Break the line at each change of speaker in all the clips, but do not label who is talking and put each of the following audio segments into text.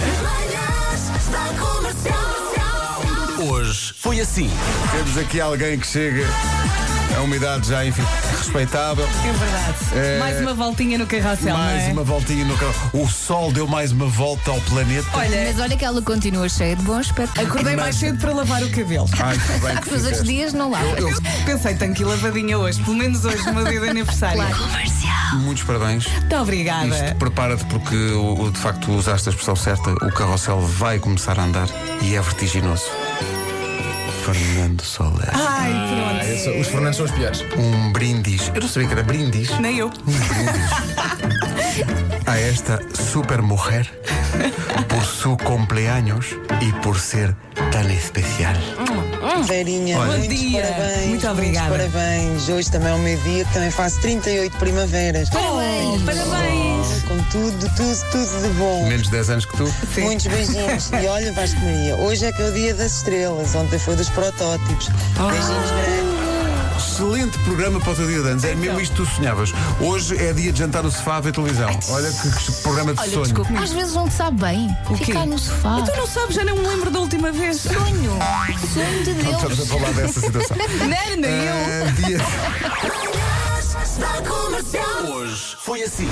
Manhãs da Comercial.
Hoje foi assim.
Temos aqui alguém que chega a uma idade já enfim, respeitável.
É verdade.
É.
Mais uma voltinha no carrossel,
mais
não é?
uma voltinha no carro. O sol deu mais uma volta ao planeta.
Olha,
Mas olha que ela continua cheia de bom aspecto.
acordei mais cedo para lavar o cabelo.
Ai, que bem que
Nos outros
fizeste.
dias não lá.
Pensei, tenho que ir lavadinha hoje, pelo menos hoje, no meu dia de aniversário.
Muitos parabéns.
Muito
Isto
Ah,
obrigada.
prepara-te porque o- o- de facto usaste a expressão certa. O carrossel vai começar a andar e é vertiginoso. Fernando Soler.
Ah.
Ai, pronto.
Os Fernandes são os piores.
Um brindis. Eu não sabia que era brindis.
Nem eu.
a esta super mujer por su cumpleaños y por ser tan especial.
Verinha,
Olha.
muitos
Bom dia.
parabéns.
Muito obrigada.
Muitos parabéns. Hoje também é o meu dia, que também faço 38 primaveras. Oh,
Parabéns. Parabéns.
Com tudo, tudo, tudo de
Hum.
bom.
Menos 10 anos que tu.
Sim.
Muitos beijinhos. e olha, Vasco Maria, hoje é que é o dia das estrelas. Ontem foi dos protótipos.
Ah.
Beijinhos grandes.
Excelente programa para o teu dia de anos. É
Então.
mesmo isto que tu sonhavas. Hoje é dia de jantar no sofá a ver televisão. Olha que, que programa de sonho.
Às vezes não te sabe bem ficar no sofá.
E tu não sabes, já não me lembro da última vez.
Sonho. Sonho de
Não estamos a
Deus.
falar dessa situação.
Não, nem eu.
É dia...
Manhãs da Comercial.
Hoje foi assim.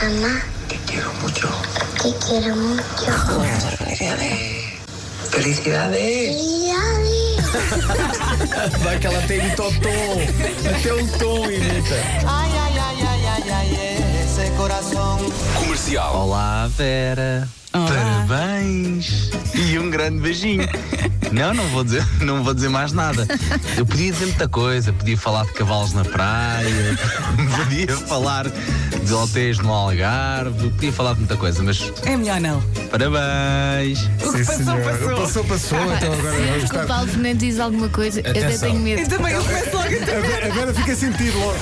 Mamá, te quiero mucho. Te quiero mucho.
Felicidades.
Felicidades.
Vai que ela tem o tom. Até o tom imita.
Comercial.
Olá, Vera. Parabéns e um grande beijinho. Não, não vou dizer, não vou dizer mais nada. Eu podia dizer muita coisa, podia falar de cavalos na praia, podia falar de hotéis no Algarve, podia falar de muita coisa, mas
Ah.
É melhor não.
parabéns.
O que passou,
senhora.
passou. Ah.
Passou, passou. Então agora vamos
Se o
estar.
Paulo Fernandes diz alguma coisa, eu até
Atenção.
tenho
E
medo.
também eu começo logo a
A Vera- a Vera fica a sentir logo.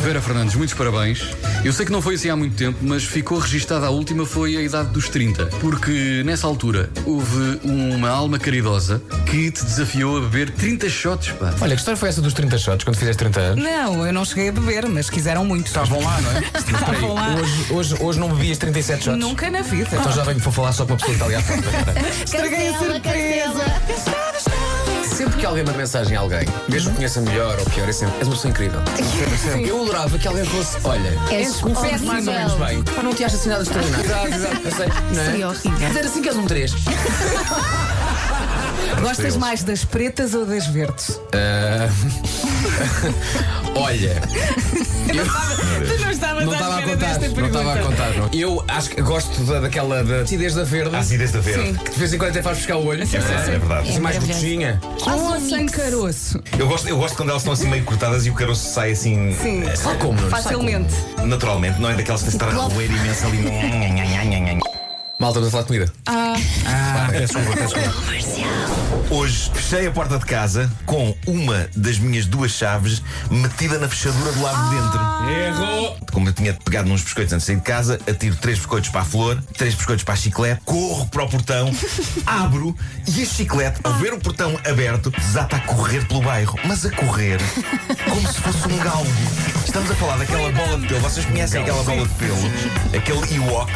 Vera Fernandes, muitos parabéns. Eu sei que não foi assim há muito tempo, mas ficou registada a última foi a idade dos 30, porque nessa altura houve uma alma caridosa que te desafiou a beber 30 shots, pá.
Olha, que história foi essa dos 30 shots quando fizeste 30 anos?
Não, eu não cheguei a beber, mas quiseram muito.
Estavam lá, não é?
Estavam lá.
Hoje, hoje, hoje não bebias 37 shots.
Nunca na vida.
Então já venho, vou falar só com a pessoa que está ali à frente.
Estraguei a
Ah, Cancela,
surpresa.
cancela.
Sempre que alguém manda mensagem a alguém, mesmo que conheça melhor ou pior, é sempre. És uma pessoa incrível. Eu adorava que alguém fosse. Olha,
És
confesso mais ou menos
horrível.
bem. Pá, não te achas assim nada extraordinário. Exato, exato. Eu sei. Não é?
Seria horrível.
Mas era assim que és um 3.
Gostas mais das pretas ou das verdes?
Ah. Olha.
Tu não estavas
Não estava a contar, não estava a contar. não. Eu acho que gosto da, daquela da acidez da verde. acidez da verde. Que de vez em quando até faz buscar o olho. É, verdade. Assim mais gotinha.
Com ou um sem caroço?
Eu gosto, eu gosto quando elas estão assim meio cortadas e o caroço sai assim
Sim.
Sabe como? Nuno?
Facilmente.
naturalmente, não é daquelas que se estar a
Globo.
roer imenso ali.
Malta, estamos a falar de comida.
Hoje fechei a porta de casa com uma das minhas duas chaves metida na fechadura do lado de dentro.
Errou!
Como eu tinha pegado uns biscoitos antes de sair de casa, atiro três biscoitos para a flor, três biscoitos para a chiclete, corro para o portão, abro e a chiclete, ao ver o portão aberto, desata a correr pelo bairro. Mas a correr como se fosse um galgo. Estamos a falar daquela bola de pelo. Vocês conhecem aquela bola de pelo? Aquele Ewok.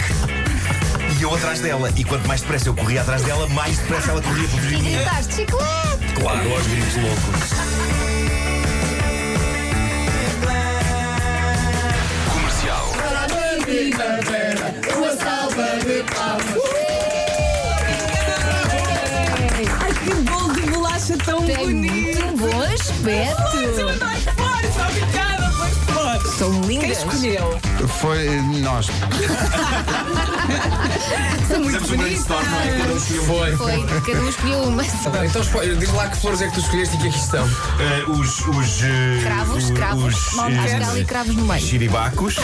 E eu atrás dela. E quanto mais depressa eu corria atrás dela, mais depressa ela corria para fugir de mim.
Gritaste chiclete.
Claro, aos gritos loucos.
Comercial.
Ai, que bolo de bolacha tão
Tem
bonito.
muito bom aspecto.
Mais forte, obrigada, mais forte.
São
Quem
lindas.
escolheu?
Foi eh, nós.
São
Fizemos um
muito bonitas.
brainstorm, não é? Cada um escolheu um.
Foi.
Foi, cada um escolheu uma.
Então espo- diz lá que flores é que tu escolheste e que aqui estão.
Eh, os. os eh,
Cravos,
o-
cravos.
Os,
Acho
eh,
que há ali cravos no meio.
Chiribacos.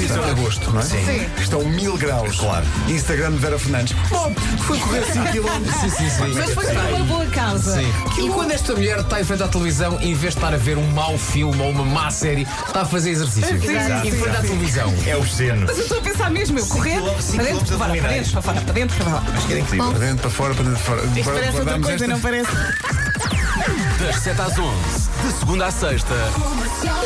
Isto é agosto, não é?
Sim.
Estão mil graus.
Claro.
Instagram de Vera Fernandes. Bom, foi correr 5 km.
Sim, sim, sim.
Mas foi para uma boa causa.
E quando esta mulher está em frente à televisão, em vez de estar a ver um mau filme ou uma má série, está a fazer exercício.
Exato,
Em frente à televisão.
É obsceno.
Mas eu estou a pensar mesmo, eu correr
quilómetros- cinco
para
quilómetros
dentro, para fora, para
abdominais.
dentro, para fora, para dentro, para fora.
Acho que era incrível.
Para dentro, para fora, para dentro, para fora.
Isto parece outra
Guardamos
coisa,
esta-
não parece?
Das 7 às 11, de segunda à sexta,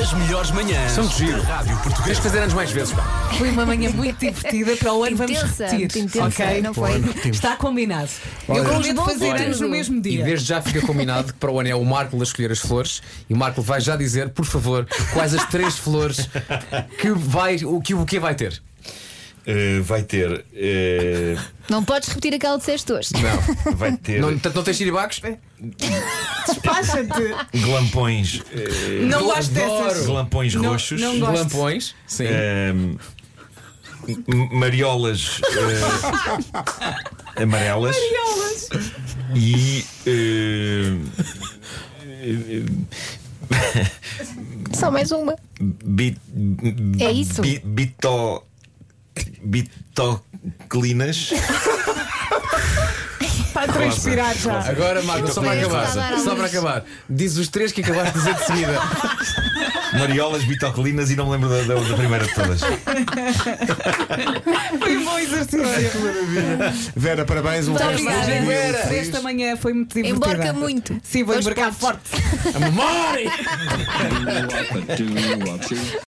as melhores manhãs
São de giro.
da Rádio Portuguesa.
Tens de fazer anos mais vezes, pá.
Foi uma manhã muito divertida para o ano vamos
Intensa,
repetir.
intensa,
ok?
não foi?
Está combinado.
Olha,
Eu
olha,
prometo fazer
olha,
anos no mesmo
E
dia.
desde já fica combinado que para o ano é o Marco a escolher as flores e o Marco vai já dizer, por favor, quais as três flores que, vai, o, que o buquê vai ter.
Eh, vai ter. eh,
Não podes repetir aquela que disseste hoje.
não, vai ter.
Não, portanto, não tens chiribacos?
Despacha-te.
Glampões. eh,
Não gosto dessas.
Glampões
Não-
roxos. Ehm,
não gosto. Glampões,
sim.
mariolas eh, amarelas.
Mariolas.
E. eh, eh,
Só mais uma.
Bit,
É isso?
bi- bito, bitoclinas.
Está a transpirar já.
Agora, Marco, só para acabar. Só para acabar. Diz os três que acabaste de dizer de seguida.
Mariolas, bitoclinas e não me lembro da, da- da primeira de todas.
Foi um bom exercício.
Maravilha. Vera, parabéns. Um
Muito
resto de
obrigada.
dia
Vera.
feliz.
Esta manhã foi muito divertida.
Embarca muito.
Sim, vou
Dois
embarcar forte.
A memória!